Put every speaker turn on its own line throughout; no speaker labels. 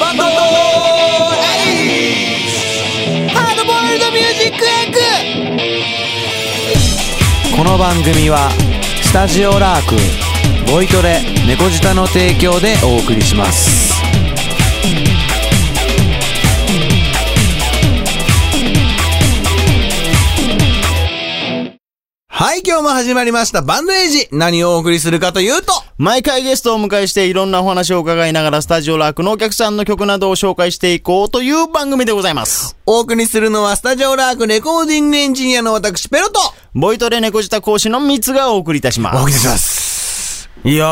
バンドハードボイルドミュージックエッ
この番組はスタジオラークボイトレ猫舌の提供でお送りしますはい今日も始まりましたバンドエイジ何をお送りするかというと
毎回ゲストをお迎えしていろんなお話を伺いながらスタジオラークのお客さんの曲などを紹介していこうという番組でございます。
お送りするのはスタジオラークレコーディングエンジニアの私ペロと
ボイトレ猫舌講師のミツがお送りいたします。
りします
いや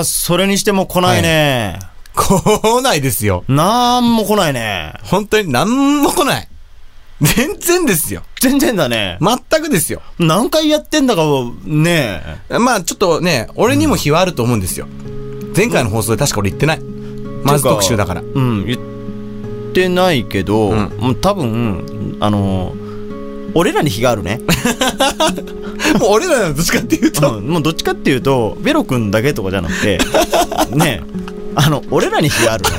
ー、それにしても来ないね。
来ないですよ
なんも来ないね。
本当に何も来ない全然ですよ
全然だね。
全くですよ
何回やってんだか、ねえ。
まあちょっとね、俺にも日はあると思うんですよ。前回の放送で確か俺言ってない。まず特集だから。
うん、言ってないけど、
うん
もう多分、あの、俺らに日があ るね。
も う俺らのどっちかっていう と、
うん、もうどっちかっていうと、ベロ君だけとかじゃなく て、ねえ、あの、俺らに日があるね。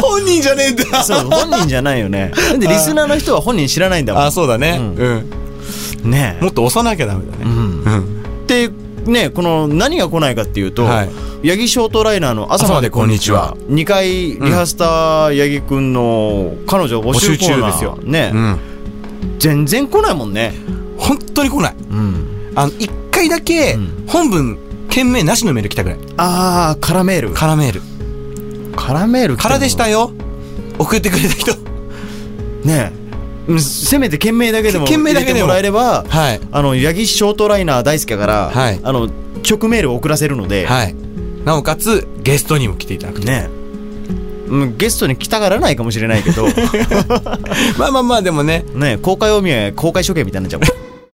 本人じゃねえんだ。
そう、本人じゃないよね。で、リスナーの人は本人知らないんだも
あ、そうだね。う
うんん。ん。ねえ。
もっと押さなきゃダメだ
う
ね。
ん。
うん。
で、ねえこの何が来ないかっていうと、
はい
八木ショートライナーの朝までこんにち
朝
は
ま。
2回リハスター八木くんの彼女募集
募集
コ
中
ーナー
ですよ
ねえ、
うん。
全然来ないもんね。
本当に来ない。
うん。
あの、一回だけ
うん、
本文、件名なしのメール来たぐらい。
あー、カラメール。
空メール。
カラメール
空でした
よ。
よ。送ってくれた人。
ねえ。うんせめて件名だけでも
け件名だけでも
入れてもらえれば、
はい。
あの、八木ショートライナー大好きだから、
はい
あの、直メールを送らせるので、
はい。なおかつ、ゲストにも来ていただく。
ねうんゲストに来たがらないかもしれないけ ど
まあまあまあ、でもね。
ね公開お見合い公開処刑みたいになっちゃうも
ハードボイルドミュ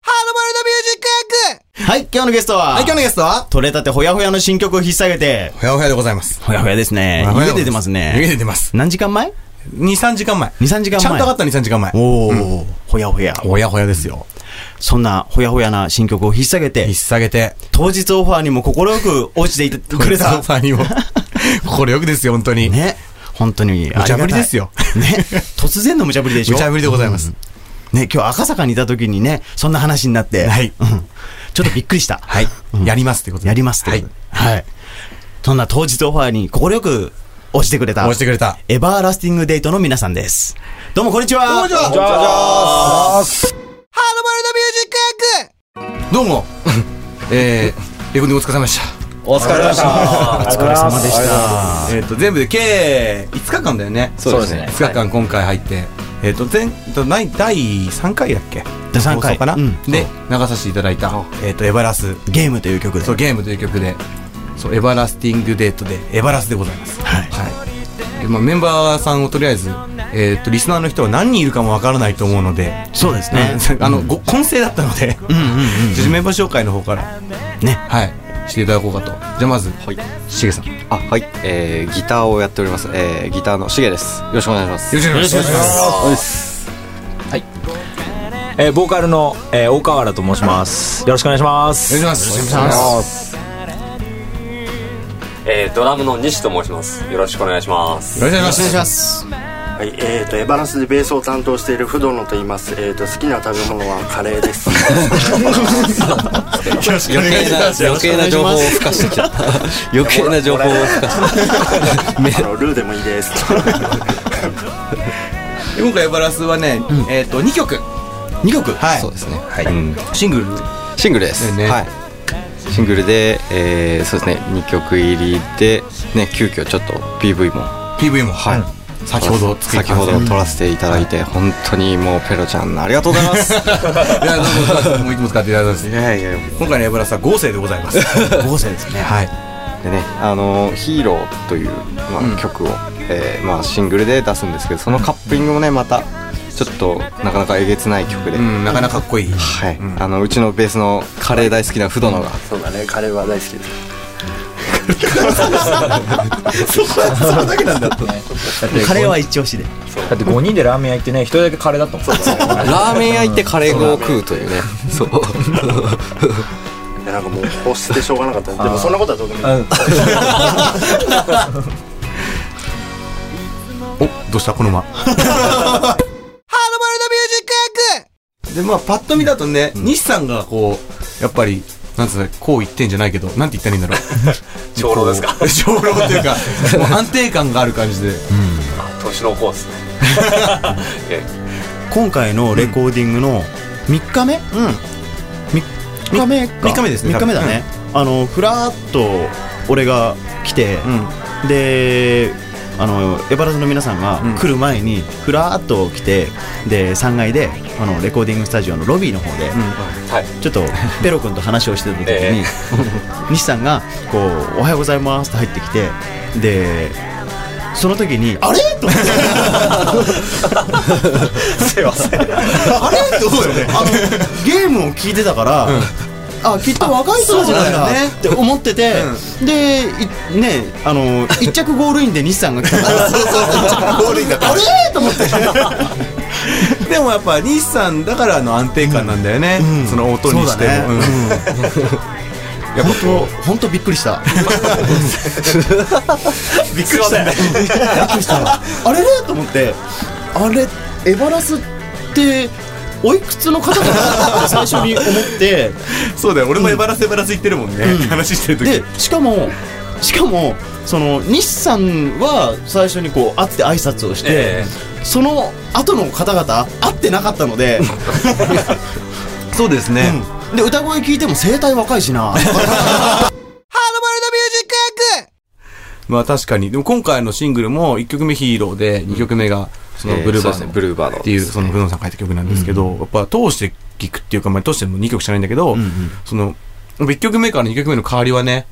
ージックエッグ
んはい今日のゲストは、
はい、今日のゲストは、
取れたてほやほやの新曲を引っ提げて
ほやほやでございます。
ほやほやですね
ほやほや
湯気出てますね
湯気出てます。
何時間前
2、3時間前。
23時間前
ちゃんと上がった2、3時間前。
おお、ほやほや
ほやほやですよ。
そんなほやほやな新曲を引っ提げ
引って提げて、
当日オファーにも快く落ちていて くれ
ソ
た
ファーにも。これよくですよ、本当に。
ね本当にあ
無
り
茶
がたい
ぶりですよ。
ね突然の無茶ぶりでしょ
無茶ぶりでございます。
ね、今日赤坂にいた時にね、そんな話になって、
はい
うん、ちょっとびっくりした。
はい
うん。
やりますってことで
やりますって
は
こ
い
とで。はい。そんな当日オファーに快く押してくれた、
応じてくれた。
エバーラスティングデートの皆さんです。どうもこんにちは。
こんにちはこんにち
は。
ハードボイルドミュージックエッグどうも。 えー、レコーディングお疲れ様でした。
お疲れ様でした。
お疲れ様でした。
えっと、全部で計5日間だよね。
そうですね
5日間今回入って。えっと、前、えっとない第3回だっけ
第三回
放送かな
うん
で、流させていただいた、えっと、エバラス
ゲームという曲で。
そうゲームという曲でそうエバラスティングデートでエバラスでございます
はい
はいでまあ、メンバーさんをとりあえず、えー、とリスナーの人は何人いるかもわからないと思うので、
そうですね。
あのご混成だったので、
うんうん
ちょっとメンバー紹介の方から
うん。ね。
はいしていただこうかとじゃあまずしげさんよ
あ、はい、えー、ギターをやっております。えー、ギターのしげです。よろしくお願いします。
ろしくお願いします
えーボーカルの、えー大河原と申します。よろしくお願いします。
お願いしますお願いします
えー、ドラムの西と申します。よろしくお願いします。
よろしくお願いします
す。
はい、えー、とエバランスでベースを担当している不動野と言います。えー、と好きな食べ物はカレー です。
余計な、余計な情報を付加してきた。余計な情報を付加して
あのルーでもいいです。
で今回エバラスはね、えっ、と2曲
二曲。
は
そうですね。
い、はい、シングル
シングルです。
ね
はい。シングルで、えー、そうですね、二曲入りで、ね、急遽ちょっと PV も。
PV も、はい先ほど作り
先ほど撮らせていただいて、本当にもうペロちゃん、ありがとうございます。
いやどうぞどうぞ もういつも使っていただいてます
いやいや、
今回のエバラスは合成でございます
合成 ですね。
はい。
でね「あのヒーロー」という、まあ
うん
曲を、えーまあ、シングルで出すんですけどそのカップリングもねまたちょっとなかなかえげつない曲で、
うん、なかなかかっこいい。
はい、
うん
あのうちのベースのカレー大好きな不動のが、
そうだね、カレーは大好きです。
カレーは一押しで。
だって5人でラーメン屋行ってね、一人だけカレーだったもん。
ラーメン屋行ってカレー粉を食うというねそう
いやなんかもう欲してしょうがなかった。でもそんなことはどうでもいい。
うん
としたこ のまでまあパッと見だとね、西さんがこうやっぱりなんつうのこう言ってんじゃないけどなんて言ったらいいんだろう
長老ですか
こう 長老っていう かもう安定感がある感じで
年の子ですねえ
今回のレコーディングの3日目、うん、3日目か
三日目ですね
3日目だね、あのふらーっと俺が来て、であのエバラズの皆さんが来る前にふらーっと来てで3階であのレコーディングスタジオのロビーの方で、
はい
ちょっとペロ君と話をして た時に、
え
西さんがこう「おはようございます」と入ってきてでその時に「あれ?」と思って すいませんあれって思うよねあのゲームを聞いてたから、あきっと若い人たちなんだねって思ってて、でいねあの一着ゴールインで西さんが来たから
ゴールインだった
あれと思って
でもやっぱ西さんだからの安定感なんだよね、
ん
その音にしても、
そうだね
うん
いや本当本当びっくりした。びっくりした。びっくりした。あれれと思って、あれエバラスっておいくつの方かなって最初に思って、
そうだよ俺もエバラスエバラス言ってるもんね、
うん
話してる時
でしかもしかもその西さんは最初にこう会って挨拶をして、
え
その後の方々会ってなかったので、
そうですね、
で歌声聞いても声帯若いしな。
まあ確かに。でも今回のシングルも1曲目ヒーローで2曲目がその
えー
ブルーバ
そ
ー
うですね
ド
ブルーバード
っていうその不動産書いた曲なんですけど、やっぱ通して聴くっていうか、まあ通しても2曲しかないんだけど、その、1曲目から2曲目の変わりはね、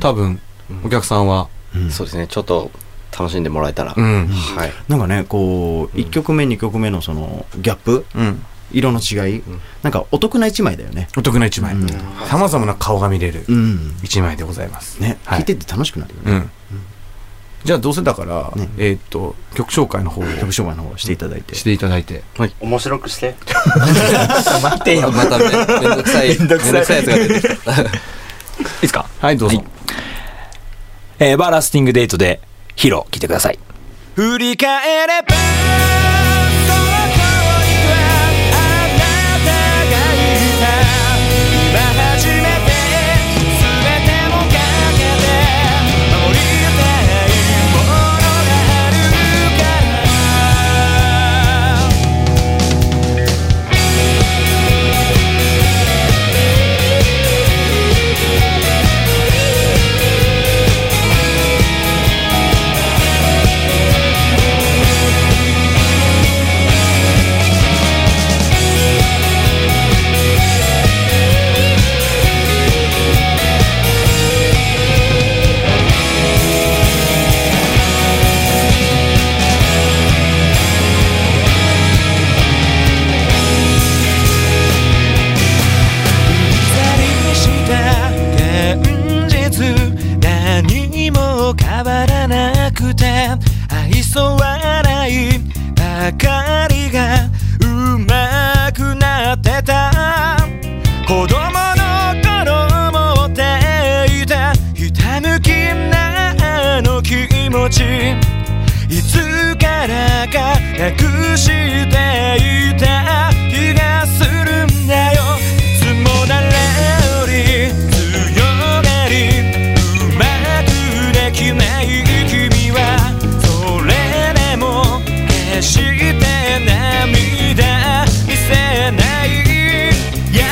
多分お客さんは、
そうですねちょっと楽しんでもらえたら、
うん。
はい
なんかねこう1曲目2曲目のそのギャップ
うん。
色の違いなんかお得な1枚だよね
お得な1枚。様々な顔が見れる
ん
1枚でございます。
ね
はい
聞いてて楽しくなるよ
う
ね
ん。じゃあどうせだから、えーっと、曲紹介の方を
曲紹介の方していただいて
していただいて。
面白くして
待ってよまためめんどくさい めんどくさいやつが出てきた
いですか
はい、どうぞ。
えー、バーラスティングデートで、ヒロ、聞いてください。
振り返ればその頃にはあなたがいた今初めて全てをかけて守りたいものがあるから「した現実」「何も変わらなくて」「愛想笑いばかりがうまくなってた」「子供の頃持っていたひたむきなあの気持ち」「いつからかなくしていた気がするんだよ」「いつも誰より強がり」「うまくできない君はそれでも決して涙見せない」「や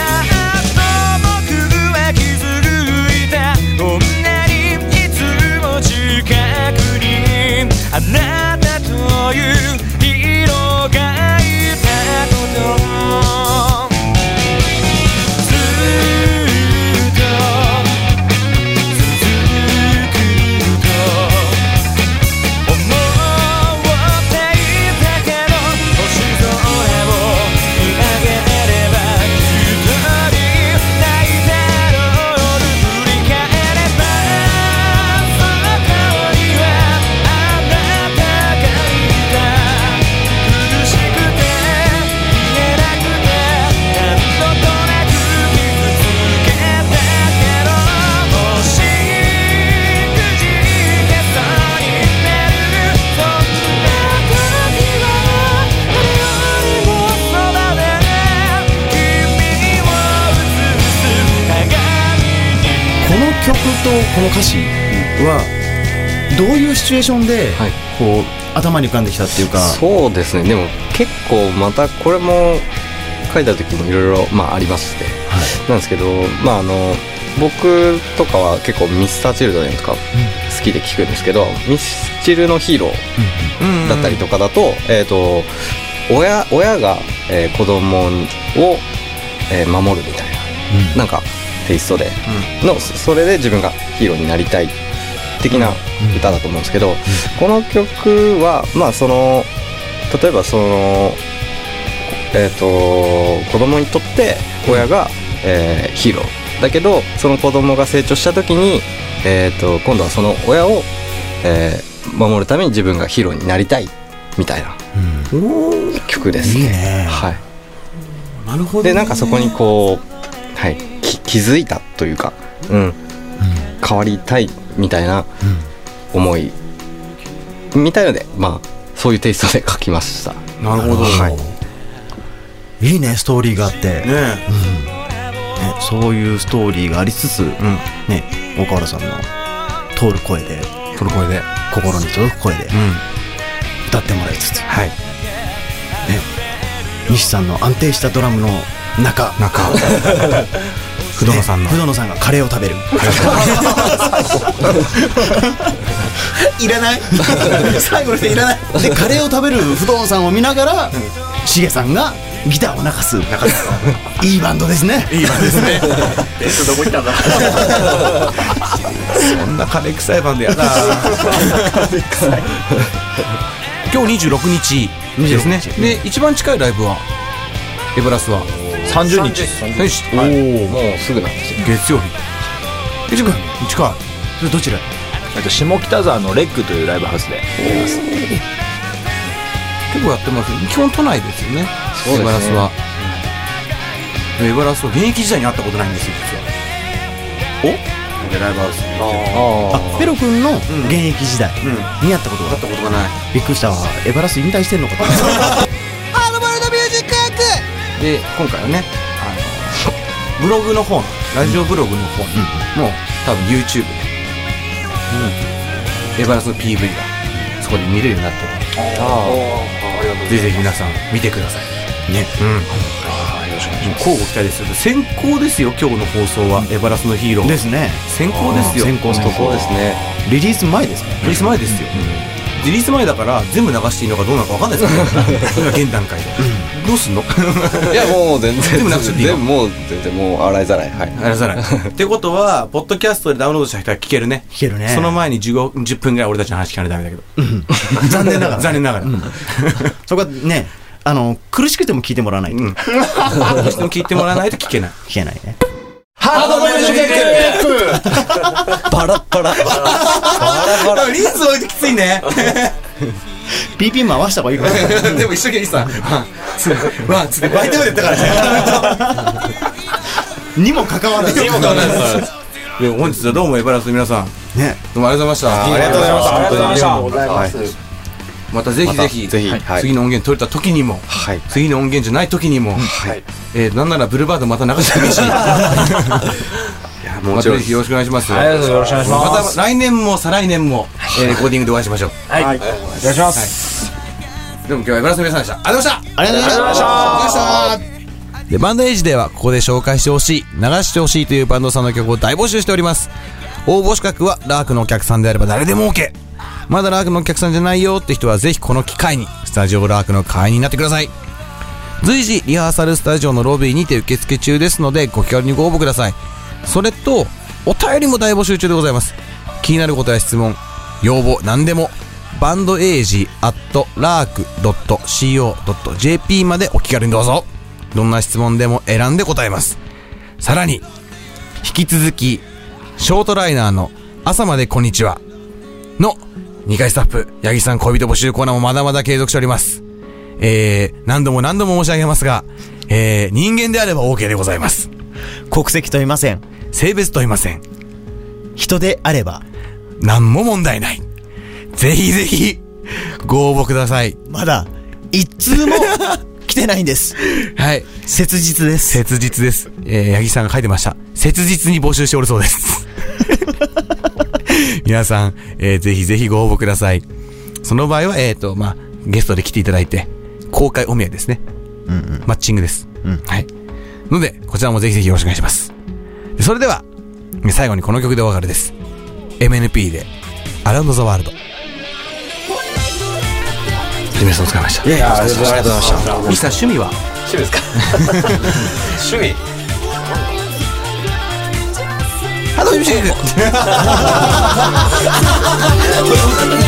っと僕は気づいた」「こんなにいつも近くにあなたという色がいたの
とこの歌詞はどういうシチュエーションで
はい
こう頭に浮かんできたっていうか
そうですねでも結構またこれも書いた時もいろいろまあありまして、なんですけどまああの僕とかは結構ミスターチルドレンとか好きで聞くんですけど、ミスチルのヒーローだったりとかだと,、えー、と親親が、えー子供を、えー守るみたいな、なんかテイストで、のそそれで自分がヒーローになりたい的な歌だと思うんですけど、この曲はまあその例えばそのえっ、と子供にとって親が、えーヒーローだけどその子供が成長した時に、えー、と今度はその親を、えー守るために自分がヒーローになりたいみたいな曲ですね。はい、
なるほど
でなんかそこにこう、はい、き気づいたというか、うん変わりたいみたいな思い、みたいのでまあそういうテイストで書きました
なるほど
はい
いいねストーリーがあって、ね
ね
そういうストーリーがありつつ、ね大河原さんの通る声で
この声で
心に届く声で
うん
歌ってもらいつつ
はい
西さんの安定したドラムの中
中 不動野さんの
不動野さんがカレーを食べるいらない 最後の人いらないでカレーを食べる不動野さんを見ながらしげさんがギターを泣かすいいバンドですねいいバンドですね
ベースどこ行ったんだ
そんな金臭いバンドやな 今日26日ですねで一番近いライブはエブラスは
30日
よしおお
もうすぐなんですよ
月曜日え近い近い
それどちら
えっと下北沢のレッグというライブハウスで
結構やってます基本都内ですよね
そうですね
エバラスは、でもエバラスは現役時代に会ったことないんですよ実はおでライブハウスに
あ
ペロ君の現役時代にやったことがあ
会ったことがない
びっくりしたわエバラス引退してんのかと思った
ハードボイルドミュージックエッグ
で今回はねあのブログの方のラジオブログの方に、もう多分 YouTube で、エバラスの PV がそこで見れるようになってるのでぜひぜひ皆さん見てくださいねうんもう交互期待ですよ先行ですよ今日の放送は、エバラスのヒーロー
ですね
先行ですよ
先行先行
そうですね
リリース前ですね
リリース前ですよ、リリース前だから全部流していいのかどうなのか分かんないですけ ど今現段階で、どうすんの
いやもう全
で
然
もなくちゃっていいの
全然もう全然もう洗いざらいはい
あらざらい。 ってことは、ポッドキャストでダウンロードした人は聞けるね。
聞けるね
その前に15 10分ぐらい俺たちの話聞かないとダメだけど。
残念ながら
残念ながら。うん。
そこはねあの苦しくても聞いてもらわないと聞
聞いてもらわないと聞けない。
けないね
バラッバラバラバラ
リス置いてきついね。
PP 回した方がいいかな
でも一生懸命さ、ワン、ツー、ワン、ツーでバイトまでやったからね。
にもかかわらず
で本日はどうもエバラスの皆さん、ど
ね
うもありがとうございました。ありがとうございました。本当にありがとうございます。またぜひぜひ、
またぜひはい
次の音源取れた時にも、
はい
次の音源じゃない時にも、
はい
えー、なんならブルーバードまた流しても いいし。ま
もち
た
ろん
ぜひよろしくお願いします。
ありがとうございますよろしくお願いし
ま
ます
た来年も再来年も、えー、レコーディングでお会いしましょう。
はい
お願いします
でも今日はエブラスの皆さんでした。ありがとうございました
ありがとうございました
でバンドエイジではここで紹介してほしい流してほしいというバンドさんの曲を大募集しております応募資格はラークのお客さんであれば誰でも OK まだラークのお客さんじゃないよって人はぜひこの機会にスタジオラークの会員になってください随時リハーサルスタジオのロビーにて受付中ですのでご気軽にご応募くださいそれとお便りも大募集中でございます気になることや質問要望何でもバンドエイジアットラーク .co.jp までお気軽にどうぞどんな質問でも選んで答えますさらに引き続きショートライナーの朝までこんにちはの2回スタッフ八木さん恋人募集コーナーもまだまだ継続しておりますえー、何度も何度も申し上げますが、えー、人間であれば OK でございます。
国籍問いません
性別問いません。
人であれば
何も問題ない。ぜひぜひ、ご応募ください。
まだ一通も
来てないんです。
はい。
切実です
切実です。えー、八木さんが書いてました。切実に募集しておるそうです。 皆さん、えーぜひぜひご応募ください。その場合は、えっ、と、まあ、ゲストで来ていただいて、公開お見合いですね。マッチングです。
うん
はい。ので、こちらもぜひぜひよろしくお願いします。でそれでは、最後にこの曲でお別れです。MNP で、アラウンドザワールド。皆さんお疲れ様でした。
いやありがとうございました
ミスター趣味は
趣味ですか趣味
ハドミュージック